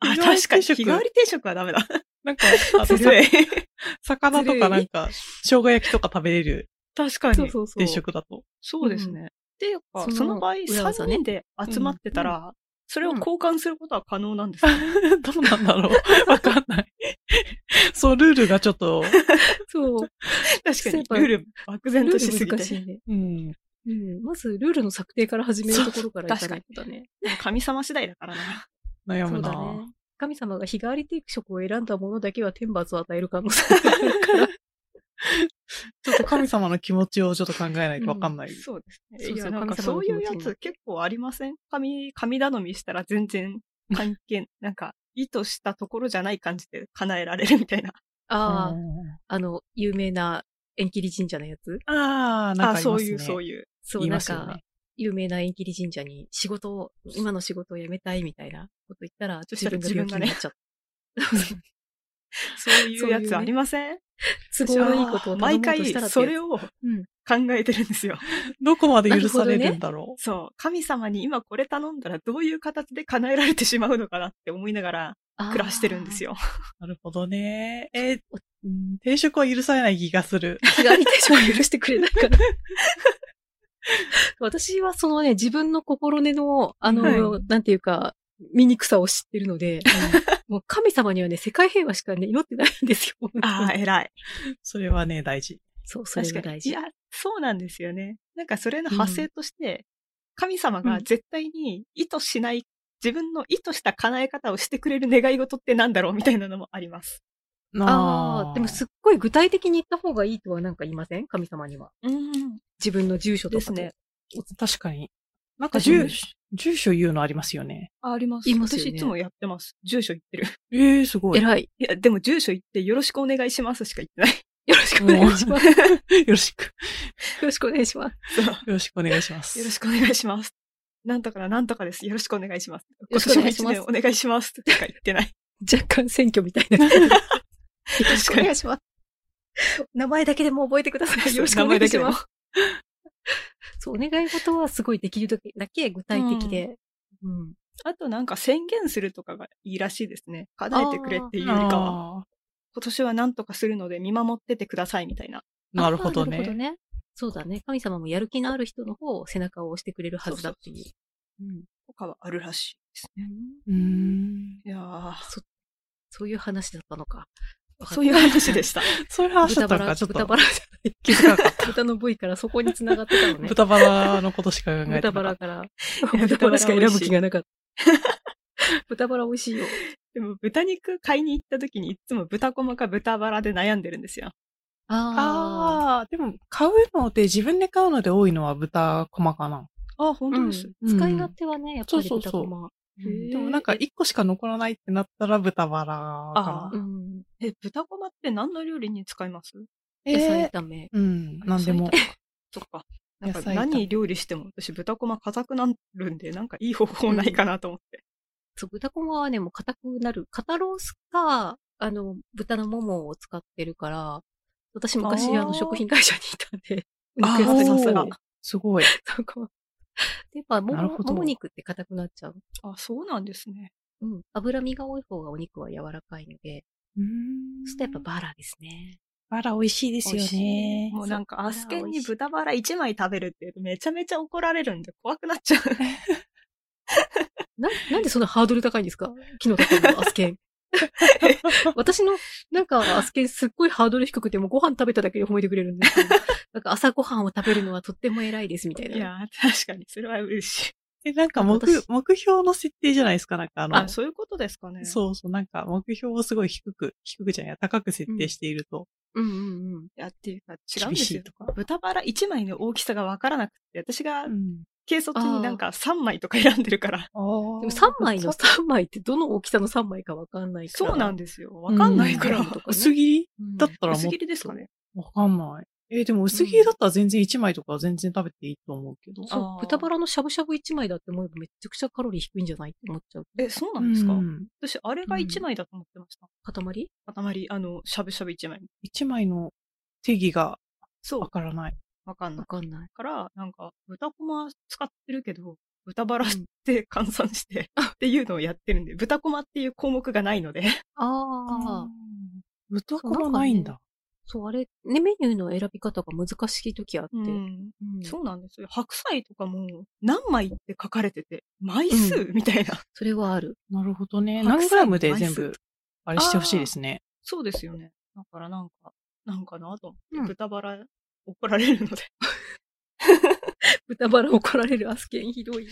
[SPEAKER 1] あ、確かに。
[SPEAKER 3] 日
[SPEAKER 1] 日
[SPEAKER 3] 替
[SPEAKER 1] 替
[SPEAKER 3] わ
[SPEAKER 1] わ
[SPEAKER 3] り
[SPEAKER 1] り定食はダメだ。
[SPEAKER 3] なんか、あ
[SPEAKER 1] ず
[SPEAKER 3] と
[SPEAKER 1] るい。
[SPEAKER 3] 魚とかなんか、生姜焼きとか食べれる
[SPEAKER 1] 確か
[SPEAKER 2] そう
[SPEAKER 1] に。
[SPEAKER 2] そうそう。
[SPEAKER 3] 定食だと。
[SPEAKER 1] そうですね。っていうか、
[SPEAKER 2] その
[SPEAKER 1] その場合、
[SPEAKER 2] 裏技
[SPEAKER 1] 3
[SPEAKER 2] ね
[SPEAKER 1] 人で集まってたら、それを交換することは可能なんですか、
[SPEAKER 3] どうなんだろうわかんない。そう、ルールがちょっと、
[SPEAKER 2] そう。
[SPEAKER 1] 確
[SPEAKER 2] そう
[SPEAKER 1] かに、ルール漠然としすぎ
[SPEAKER 2] 難
[SPEAKER 1] て。
[SPEAKER 2] しいね。
[SPEAKER 3] うん。
[SPEAKER 2] うん。まず、ルールの策定から始めるところからい
[SPEAKER 1] そ
[SPEAKER 2] か
[SPEAKER 1] う
[SPEAKER 2] ないとだね。
[SPEAKER 1] 神様次第だからな。
[SPEAKER 3] 悩
[SPEAKER 2] そ
[SPEAKER 3] む
[SPEAKER 2] うだ
[SPEAKER 3] な、
[SPEAKER 2] ね。神様が日替わり定食を選んだものだけは天罰を与える可能性があるから。
[SPEAKER 3] ちょっと神様の気持ちをちょっと考えないとわかんない。
[SPEAKER 1] そうですね。
[SPEAKER 2] そうそ
[SPEAKER 1] い
[SPEAKER 2] う
[SPEAKER 1] や、なんか
[SPEAKER 2] 神様
[SPEAKER 1] そ
[SPEAKER 2] の
[SPEAKER 1] う
[SPEAKER 2] 気
[SPEAKER 1] い
[SPEAKER 2] 持
[SPEAKER 1] う
[SPEAKER 2] ち
[SPEAKER 1] や
[SPEAKER 2] に
[SPEAKER 1] つ結構ありません神、神頼みしたら全然関係、 なんか意図したところじゃない感じで叶えられるみたいな。
[SPEAKER 2] ああ、
[SPEAKER 3] うん
[SPEAKER 2] あの、有名な縁切り神社のやつ。
[SPEAKER 3] あー、なん
[SPEAKER 1] あ、
[SPEAKER 3] かいますね。
[SPEAKER 1] そういう、そういう。
[SPEAKER 2] そう、
[SPEAKER 3] 言い
[SPEAKER 2] なん
[SPEAKER 3] ますよ
[SPEAKER 2] か
[SPEAKER 3] ね、。
[SPEAKER 2] 有名な縁切り神社に仕事を、今の仕事を辞めたいみたいなこと言ったら、
[SPEAKER 1] そした
[SPEAKER 2] 自
[SPEAKER 1] ら
[SPEAKER 2] 分が病気になっちゃった。
[SPEAKER 1] そういうやつありません
[SPEAKER 2] 都合のいいことを頼も
[SPEAKER 1] 毎
[SPEAKER 2] うと
[SPEAKER 1] 回
[SPEAKER 2] したらってやつ
[SPEAKER 1] それを考
[SPEAKER 2] うん
[SPEAKER 1] えてるんですよ。
[SPEAKER 3] どこまで許されるんだろ
[SPEAKER 1] そう。神様に今これ頼んだらどういう形で叶えられてしまうのかなって思いながら暮らしてるんです
[SPEAKER 2] よ。
[SPEAKER 1] よ。
[SPEAKER 3] う。なるほどね。えーうん定食は許されない気がする。
[SPEAKER 2] 気軽に定食を許してくれない から。私はそのね、自分の心根の、あの、
[SPEAKER 3] は
[SPEAKER 2] なんていうか、醜さを知ってるので、 もう神様にはね、世界平和しかね、祈ってないんですよ。
[SPEAKER 1] ああ、 偉い。
[SPEAKER 3] それはね、大事。
[SPEAKER 2] そう、それ
[SPEAKER 1] 確
[SPEAKER 2] が
[SPEAKER 1] かに。
[SPEAKER 2] 大
[SPEAKER 1] い
[SPEAKER 2] 事
[SPEAKER 1] や。、そうなんですよね。なんかそれの発生として、神様が絶対に意図しない、自分の意図した叶え方をしてくれる願い事ってなんだろうみたいなのもあります。
[SPEAKER 2] ああ、でも
[SPEAKER 3] す
[SPEAKER 2] すっごい具体的に言った方がいいとはなんか言いません神様には。
[SPEAKER 1] うん。
[SPEAKER 2] 自分の住所
[SPEAKER 1] で
[SPEAKER 2] とか
[SPEAKER 1] す
[SPEAKER 2] と
[SPEAKER 1] ね。。
[SPEAKER 3] 確かに。なんか
[SPEAKER 2] 私も
[SPEAKER 3] 住所、住所言うのありますよね。
[SPEAKER 1] あります。
[SPEAKER 2] 言いますよね
[SPEAKER 1] 私いつもやってます。住所言ってる。
[SPEAKER 3] ええすごい。よ
[SPEAKER 2] 偉い。
[SPEAKER 1] いや、でも住所言ってよろしくお願いしますしか言ってない。
[SPEAKER 2] よろしくお願いします。よ
[SPEAKER 3] ろしく。
[SPEAKER 2] ろしくお願いします。
[SPEAKER 1] そう
[SPEAKER 3] よろしくお願いします。
[SPEAKER 1] よろしくお願いします。なんとかな、なんとかです。よろしくお願いします。
[SPEAKER 2] ろ
[SPEAKER 1] 今
[SPEAKER 2] しくお
[SPEAKER 1] 年
[SPEAKER 2] 願
[SPEAKER 1] も
[SPEAKER 2] いし
[SPEAKER 1] 一
[SPEAKER 2] ます
[SPEAKER 1] 年お願いします。とか言ってない。
[SPEAKER 2] 若干選挙みたいな。よろしくお願いします。名前だけでも覚えてください。よろしくお願いします。そう、お願い事はすごいできるだけだけ具体的で。うん。
[SPEAKER 1] あとなんか宣言するとかがいいらしいですね。叶えてくれっていうよりかは。
[SPEAKER 3] あ
[SPEAKER 1] 今年は何とかするので見守っててくださいみたいな。
[SPEAKER 3] ーなるほど
[SPEAKER 2] あなるほど
[SPEAKER 3] ね。
[SPEAKER 2] ね。そうだね。神様もやる気のある人の方を背中を押してくれるはずだっていう。うん
[SPEAKER 1] とかはあるらしいですね。
[SPEAKER 3] うーん。
[SPEAKER 1] いやー
[SPEAKER 2] そういう話だったのか。
[SPEAKER 1] そういう話でした。
[SPEAKER 3] そういう話だ
[SPEAKER 2] 豚バ
[SPEAKER 3] ったの
[SPEAKER 2] ラ、
[SPEAKER 3] か、ちょっ
[SPEAKER 2] 豚
[SPEAKER 3] と
[SPEAKER 2] バラじゃない。
[SPEAKER 3] 気づかなかった。
[SPEAKER 2] 豚の部位からそこに繋がってたのね。
[SPEAKER 3] 豚バラのことしか考えて
[SPEAKER 2] 豚
[SPEAKER 3] なかった。
[SPEAKER 2] バラ から。
[SPEAKER 1] や
[SPEAKER 2] 豚バラしか選ぶ気がなかった。 豚バラ美味しいよ。
[SPEAKER 1] でも豚肉買いに行った時にいつも豚こまか豚バラで悩んでるんですよ。
[SPEAKER 2] ああ。
[SPEAKER 3] ああ、でも買うので、自分で買うので多いのは豚コマかな。
[SPEAKER 1] あ、本
[SPEAKER 2] う
[SPEAKER 1] 当
[SPEAKER 2] ん
[SPEAKER 1] です
[SPEAKER 2] 使。
[SPEAKER 3] うん
[SPEAKER 2] い勝手はね、やっぱり豚こ
[SPEAKER 1] そ
[SPEAKER 2] ま。
[SPEAKER 1] うそうそう
[SPEAKER 2] うん
[SPEAKER 1] へ
[SPEAKER 3] でもなんか
[SPEAKER 1] え
[SPEAKER 3] 一個しか残らないってなったら豚バラか
[SPEAKER 1] あー
[SPEAKER 3] な。
[SPEAKER 2] うん
[SPEAKER 1] え、豚こまって何の料理に使います
[SPEAKER 2] 野菜
[SPEAKER 3] えー
[SPEAKER 2] 炒め。
[SPEAKER 3] うん、なんでも。
[SPEAKER 1] そっ か。なんか
[SPEAKER 3] 野菜炒め
[SPEAKER 1] 何料理しても私豚こま硬くなるんで、なんかいい方法ないかなと思って。
[SPEAKER 2] そう、豚こまはね、もう硬くなる。肩ロースか、あの、豚のももを使ってるから、私昔、
[SPEAKER 1] あー
[SPEAKER 2] あの、食品会社にいたんで、
[SPEAKER 1] あー
[SPEAKER 2] お肉屋さんに
[SPEAKER 1] さすが
[SPEAKER 3] おーすごい。
[SPEAKER 2] そうかもで、やっぱ、も
[SPEAKER 3] なる
[SPEAKER 2] も、
[SPEAKER 3] ほど
[SPEAKER 2] もも肉って硬くなっちゃう。
[SPEAKER 1] あ、そうなんですね。
[SPEAKER 2] うん。脂身が多い方がお肉は柔らかいので、そしてやっぱ
[SPEAKER 3] バ
[SPEAKER 2] バラですね。
[SPEAKER 3] ラ美味しいですよね。
[SPEAKER 1] もうなんか、
[SPEAKER 2] そう
[SPEAKER 1] アスケンに豚バラ1枚食べるって言うとめちゃめちゃ怒られるんで怖くなっちゃう。
[SPEAKER 2] な、なんでそんなハードル高いんですか木の高のアスケン。私の、なんか、アスケンすっごいハードル低くて、もうご飯食べただけで褒めてくれるんです けど、なんか朝ご飯を食べるのはとっても偉いですみたいな。
[SPEAKER 1] いやー、確かに、それは嬉しい。
[SPEAKER 3] え、なんか目
[SPEAKER 2] 私、
[SPEAKER 3] 目標の設定じゃないですか、なんかあの、
[SPEAKER 1] あ、そういうことですかね。
[SPEAKER 3] そうそう、なんか目標をすごい低く、低くじゃない、高く設定していると、
[SPEAKER 2] うんうんうん。
[SPEAKER 1] いや、っていうか、違うんです
[SPEAKER 3] 厳し
[SPEAKER 1] よ
[SPEAKER 3] いとか。
[SPEAKER 1] 豚バラ1枚の大きさがわからなくて、私が
[SPEAKER 3] うん
[SPEAKER 1] 軽率になんか3枚とか選んでるから。
[SPEAKER 2] でも3枚の3枚ってどの大きさの3枚かわかんないから。
[SPEAKER 1] そうなんですよ。わかんないから。
[SPEAKER 2] うん
[SPEAKER 1] とかね
[SPEAKER 3] 薄切り
[SPEAKER 2] うん
[SPEAKER 3] だったらもっ
[SPEAKER 1] 薄
[SPEAKER 3] と
[SPEAKER 1] 切りですかね。
[SPEAKER 3] わかんない。えーでも薄切りだったら全然1枚とかは全然食べていいと思うけど。
[SPEAKER 2] そう
[SPEAKER 1] あー
[SPEAKER 2] 豚バラのしゃぶしゃぶ1枚だって思えばめちゃくちゃカロリー低いんじゃないって思っちゃう。
[SPEAKER 1] え、そうなんですか、
[SPEAKER 3] うん
[SPEAKER 1] 私、あれが1枚だと思ってました。
[SPEAKER 2] 塊
[SPEAKER 1] 塊、あの、しゃぶしゃぶ1枚。
[SPEAKER 3] 一枚の定義が
[SPEAKER 1] そ
[SPEAKER 3] わからない。
[SPEAKER 1] わかんな
[SPEAKER 2] わ
[SPEAKER 1] い。
[SPEAKER 2] かんない。
[SPEAKER 1] から、なんか、豚こま使ってるけど、豚バラっ
[SPEAKER 2] うん
[SPEAKER 1] て換算して、っていうのをやってるんで、豚こまっていう項目がないので。
[SPEAKER 2] ああ。
[SPEAKER 3] 豚こまないんだ。
[SPEAKER 2] そう、あれ、ね、メニューの選び方が難しい時あって。
[SPEAKER 1] うん
[SPEAKER 2] うん
[SPEAKER 1] そうなんですよ。白菜とかも何枚って書かれてて、枚数、みたいな。
[SPEAKER 2] それはある。
[SPEAKER 3] なるほどね。
[SPEAKER 1] 白菜
[SPEAKER 3] 何グラムで全
[SPEAKER 1] 枚
[SPEAKER 3] 部、あれしてほしいですね。
[SPEAKER 1] そうですよね。だからなんか、なんかなと思って、
[SPEAKER 2] うん
[SPEAKER 1] 豚バラ怒られるので。
[SPEAKER 2] 豚バラ怒られるアスケンひどい。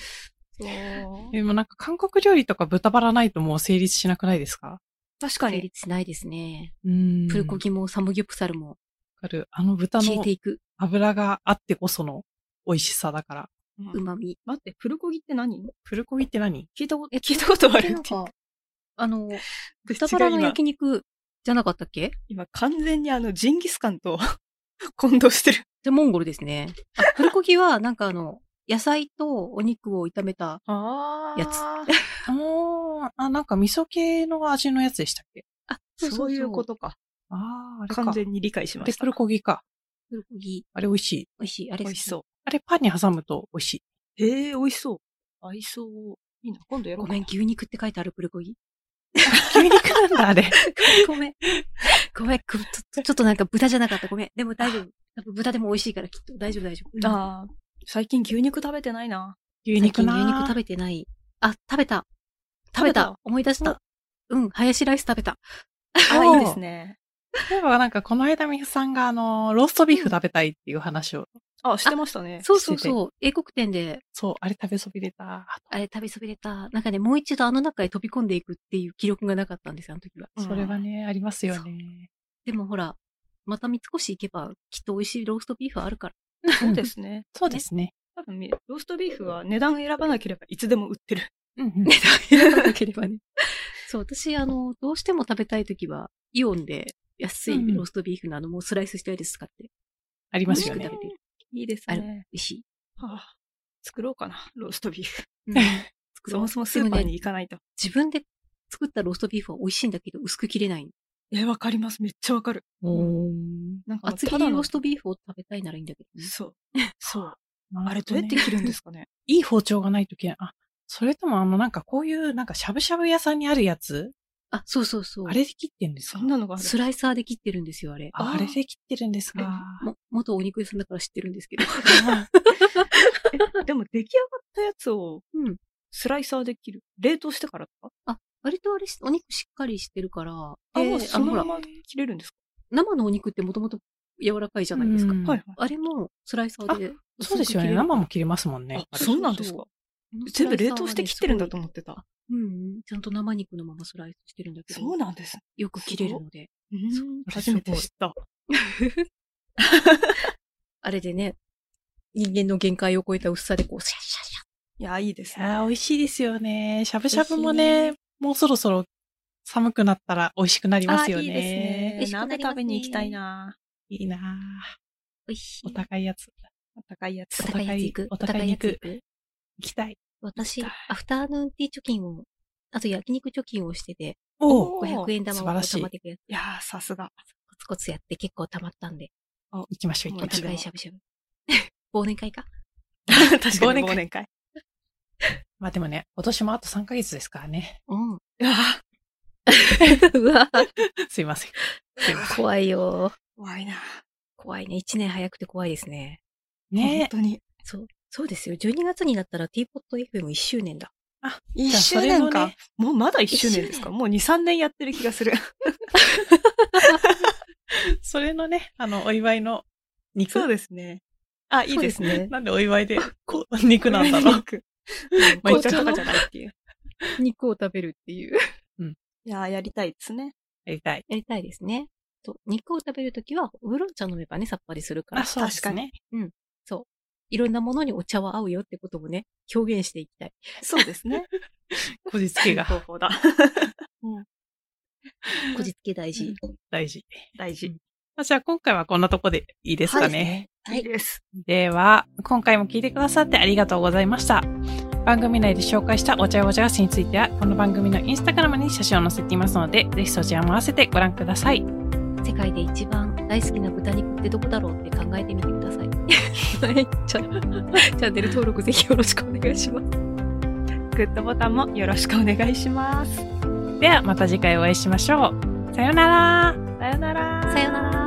[SPEAKER 3] でもなんか韓国料理とか豚バラないともう成立しなくないですか
[SPEAKER 1] 確か
[SPEAKER 2] 成
[SPEAKER 1] に。
[SPEAKER 2] 立しないですね。
[SPEAKER 3] うーん。
[SPEAKER 2] プルコギもサムギョプサルも
[SPEAKER 3] わかる。あの豚
[SPEAKER 2] 消え
[SPEAKER 3] の
[SPEAKER 2] ていく
[SPEAKER 3] 油があってこその美味しさだから。
[SPEAKER 1] うん
[SPEAKER 2] 旨味。
[SPEAKER 1] 待って、プルコギって何
[SPEAKER 3] プルコギって何
[SPEAKER 1] 聞いたこと、聞いたことある
[SPEAKER 2] なんか、あの、豚
[SPEAKER 1] 私
[SPEAKER 2] バ
[SPEAKER 1] が
[SPEAKER 2] ラの
[SPEAKER 1] 今、
[SPEAKER 2] 焼肉じゃなかったっけ
[SPEAKER 1] 今完全にあの、ジンギスカンと 混同してる。
[SPEAKER 2] じゃ、モンゴルですね。あ、プルコギは、なんかあの、野菜とお肉を炒めた、
[SPEAKER 1] あ
[SPEAKER 2] ーやつ
[SPEAKER 3] おー、あ、なんか味噌系の味のやつでしたっけ
[SPEAKER 2] あ、
[SPEAKER 1] そういうことか。
[SPEAKER 3] あー、あれか。
[SPEAKER 1] 完全に理解しま
[SPEAKER 3] で、
[SPEAKER 1] し
[SPEAKER 3] プ
[SPEAKER 1] た。
[SPEAKER 3] ルコギか。
[SPEAKER 2] プルコギ、
[SPEAKER 3] あれ美味しい。
[SPEAKER 2] 美味しい。あれ
[SPEAKER 1] 美
[SPEAKER 2] 好
[SPEAKER 1] 味
[SPEAKER 2] き
[SPEAKER 1] しそう。
[SPEAKER 3] あれパンに挟むと美味しい。
[SPEAKER 1] へえ、美味しそう。合いそう。いいな。今度やろう
[SPEAKER 2] ご
[SPEAKER 1] かな
[SPEAKER 2] めん、牛肉って書いてあるプルコギ。
[SPEAKER 3] 牛肉なんだ、あれ。
[SPEAKER 2] ごめん。ごめん、くちょちょっとなんか豚じゃなかった。ごめん。でも大丈夫。多分豚でも美味しいからきっと大丈夫大丈夫。あ、
[SPEAKER 1] ああ、最近牛肉食べてないな。
[SPEAKER 3] 牛
[SPEAKER 2] 最
[SPEAKER 3] 肉
[SPEAKER 2] 近
[SPEAKER 3] な
[SPEAKER 2] 牛肉食べてない。あ、食べた。食べた。
[SPEAKER 1] 食べた
[SPEAKER 2] 思い出した。うん、ハヤシライス食べた。
[SPEAKER 1] あ
[SPEAKER 3] お
[SPEAKER 1] ー
[SPEAKER 3] ー
[SPEAKER 1] いいですね。
[SPEAKER 3] 例えばなんかこの間みゆさんがあの、ローストビーフ食べたいっていう話を。
[SPEAKER 1] あ、してましたね。
[SPEAKER 2] そうそう
[SPEAKER 3] してて
[SPEAKER 2] そう。英国店で、
[SPEAKER 3] そう、あれ食べそびれた。
[SPEAKER 2] あれ食べそびれた。なんかね、もう一度あの中へ飛び込んでいくっていう記録がなかったんですよ、あの時は。
[SPEAKER 1] うん
[SPEAKER 3] それはね、ありますよね。
[SPEAKER 2] でもほら、また三越行けば、きっと美味しいローストビーフあるから。
[SPEAKER 1] そうで。すね。
[SPEAKER 3] そうですね。
[SPEAKER 1] 多分み、ローストビーフは値段選ばなければいつでも売ってる。
[SPEAKER 3] うんうん
[SPEAKER 2] 値段選ばなければね。そう、私、あの、どうしても食べたいときは、イオンで安
[SPEAKER 3] うんう
[SPEAKER 2] い
[SPEAKER 3] ん
[SPEAKER 2] ローストビーフのあの、もうスライスしたやつ使って、
[SPEAKER 3] あ
[SPEAKER 2] 美
[SPEAKER 3] りま
[SPEAKER 2] 味
[SPEAKER 3] す
[SPEAKER 2] し
[SPEAKER 3] よ
[SPEAKER 2] く
[SPEAKER 3] ね
[SPEAKER 2] 食べ。れる。
[SPEAKER 1] いいですね。
[SPEAKER 2] 美味しい。
[SPEAKER 1] はあ、作ろうかな、ローストビーフ。
[SPEAKER 2] うん
[SPEAKER 1] そもそもスーパーに行かないと。
[SPEAKER 2] 自分で作ったローストビーフは美味しいんだけど、薄く切れない。
[SPEAKER 1] え、わかります。めっちゃわかる。
[SPEAKER 3] おー
[SPEAKER 1] なんかもう、
[SPEAKER 2] 厚切
[SPEAKER 1] た
[SPEAKER 2] り
[SPEAKER 1] だ
[SPEAKER 2] ロ
[SPEAKER 1] の
[SPEAKER 2] ース。トビーフを食べたいならいいんだけどね。
[SPEAKER 1] そう。 そう。
[SPEAKER 3] な
[SPEAKER 1] あれ
[SPEAKER 3] るほ
[SPEAKER 1] どうやって
[SPEAKER 3] ね
[SPEAKER 1] 切るんですかね。
[SPEAKER 3] いい包丁がないときあ、それともあの、なんかこういう、なんかしゃぶしゃぶ屋さんにあるやつ
[SPEAKER 2] あ、そうそうそう。
[SPEAKER 3] あれで切ってんです
[SPEAKER 1] そ
[SPEAKER 3] か
[SPEAKER 1] んなのがある。
[SPEAKER 2] スライサーで切ってるんですよ、あれ。
[SPEAKER 3] あ
[SPEAKER 1] あー
[SPEAKER 3] あれで切ってるんですか
[SPEAKER 2] も元お肉屋さんだから知ってるんですけ ど。
[SPEAKER 1] でも出来上がったやつを
[SPEAKER 2] うん。
[SPEAKER 1] スライサーで切る。冷凍してからとか
[SPEAKER 2] 割とあれし、お肉しっかりしてるから、あ
[SPEAKER 1] あ、もうそのま
[SPEAKER 2] ほら
[SPEAKER 1] ま切れるんですか
[SPEAKER 2] 生のお肉ってもともと柔らかいじゃないですか。
[SPEAKER 3] うん
[SPEAKER 1] はいはい。
[SPEAKER 2] あれもスライサーで。
[SPEAKER 3] そうですよね。生も切れますもんね。
[SPEAKER 1] あ、
[SPEAKER 3] あれ
[SPEAKER 1] そうなんですか全部冷凍して切ってるんだと
[SPEAKER 2] 思
[SPEAKER 1] 思ってた。
[SPEAKER 2] う。うんうん。ちゃんと生肉のままスライスしてるんだけど、
[SPEAKER 1] そうなんです。
[SPEAKER 2] よく切れるので。
[SPEAKER 1] うん
[SPEAKER 3] そう
[SPEAKER 1] 初めて知った。
[SPEAKER 2] あれでね、人間の限界を超えた薄さでこう、シャッシャッシャッ。
[SPEAKER 1] いや、いいです
[SPEAKER 3] い
[SPEAKER 1] ね。
[SPEAKER 3] やー美味しいですよね。しゃぶしゃぶも
[SPEAKER 2] 美
[SPEAKER 3] ね、もうそろそろ寒くなったら美味しくなりますよね。
[SPEAKER 1] あいいですね
[SPEAKER 2] 美味。しくなりますね
[SPEAKER 1] 鍋食べに行きたいな。
[SPEAKER 3] いいなー
[SPEAKER 2] おいしい。
[SPEAKER 3] お高いやつ。
[SPEAKER 1] あったかいやつ
[SPEAKER 2] お。高いやつ行く。
[SPEAKER 3] お高
[SPEAKER 2] お高
[SPEAKER 3] い肉
[SPEAKER 2] いやつ行く
[SPEAKER 3] 行きたい。
[SPEAKER 2] 私
[SPEAKER 1] 行きたい、
[SPEAKER 2] アフターヌーンティー貯金を、あと焼肉貯金をしてて、
[SPEAKER 1] おー
[SPEAKER 2] 500円玉
[SPEAKER 3] 素
[SPEAKER 2] を
[SPEAKER 3] 晴らしい
[SPEAKER 2] 貯まっていくやつ
[SPEAKER 1] いやー、さすが。
[SPEAKER 2] コツコツやって結構貯まったんで、
[SPEAKER 3] 行きましょう、行
[SPEAKER 2] お
[SPEAKER 3] きましょう
[SPEAKER 2] 互いしゃぶしゃぶ。 忘年会か
[SPEAKER 1] 確かに
[SPEAKER 3] 忘年会
[SPEAKER 1] 忘年会。
[SPEAKER 3] まあでもね、今年もあと3ヶ月ですからね。
[SPEAKER 2] うん。
[SPEAKER 1] うわー
[SPEAKER 2] うわ
[SPEAKER 3] すいません。
[SPEAKER 2] 怖いよ。
[SPEAKER 1] 怖いな。
[SPEAKER 2] 怖いね。1年早くて怖いですね。
[SPEAKER 1] 本
[SPEAKER 3] ね
[SPEAKER 1] 当に。
[SPEAKER 2] そう。そうですよ。12月になったら t ポット FM1 周年だ。
[SPEAKER 1] 一
[SPEAKER 3] じゃあ
[SPEAKER 1] 周
[SPEAKER 3] それ
[SPEAKER 1] 年
[SPEAKER 3] の
[SPEAKER 1] か。
[SPEAKER 3] ね
[SPEAKER 1] もうまだ一周年ですかもう二、三年やってる気がする。
[SPEAKER 3] それのね、あの、お祝いの肉。
[SPEAKER 1] そうですね。あ、いいです
[SPEAKER 2] そう
[SPEAKER 1] ね。。
[SPEAKER 3] なんでお祝いで、こう、肉なんだろう。
[SPEAKER 1] 肉
[SPEAKER 3] まあ
[SPEAKER 1] 紅
[SPEAKER 3] 一
[SPEAKER 1] 茶と
[SPEAKER 3] 応ね
[SPEAKER 1] かじゃないっていう。
[SPEAKER 2] 肉を食べるっていう。
[SPEAKER 1] いやー、 やりたいですね。
[SPEAKER 3] やりたい。
[SPEAKER 2] やりたいですね。と肉を食べるときは、ウーロン茶飲めばね、さっぱりするから。
[SPEAKER 3] そうですね。
[SPEAKER 2] いろんなものにお茶は合うよってこともね、表現していきたい。
[SPEAKER 1] そうです ね。
[SPEAKER 3] こじつけが
[SPEAKER 1] いい方法だ。
[SPEAKER 2] こじつけ大事。
[SPEAKER 3] 大事。
[SPEAKER 1] 大事。
[SPEAKER 3] まあじゃあ今回はこんなとこでいいですかね。
[SPEAKER 2] はい
[SPEAKER 1] いいです。
[SPEAKER 3] では、今回も聞いてくださってありがとうございました。番組内で紹介したお茶やお茶菓子については、この番組のインスタグラムに写真を載せていますので、ぜひそちらも合わせてご覧ください。
[SPEAKER 2] 世界で一番大好きな豚肉ってどこだろうって考えてみてください。はい。チャチャンネル登録ぜひよろしくお願いします。
[SPEAKER 1] グッドボタンもよろしくお願いします。
[SPEAKER 3] では、また次回お会いしましょう。さようなら。
[SPEAKER 1] さよなら。
[SPEAKER 2] さようなら。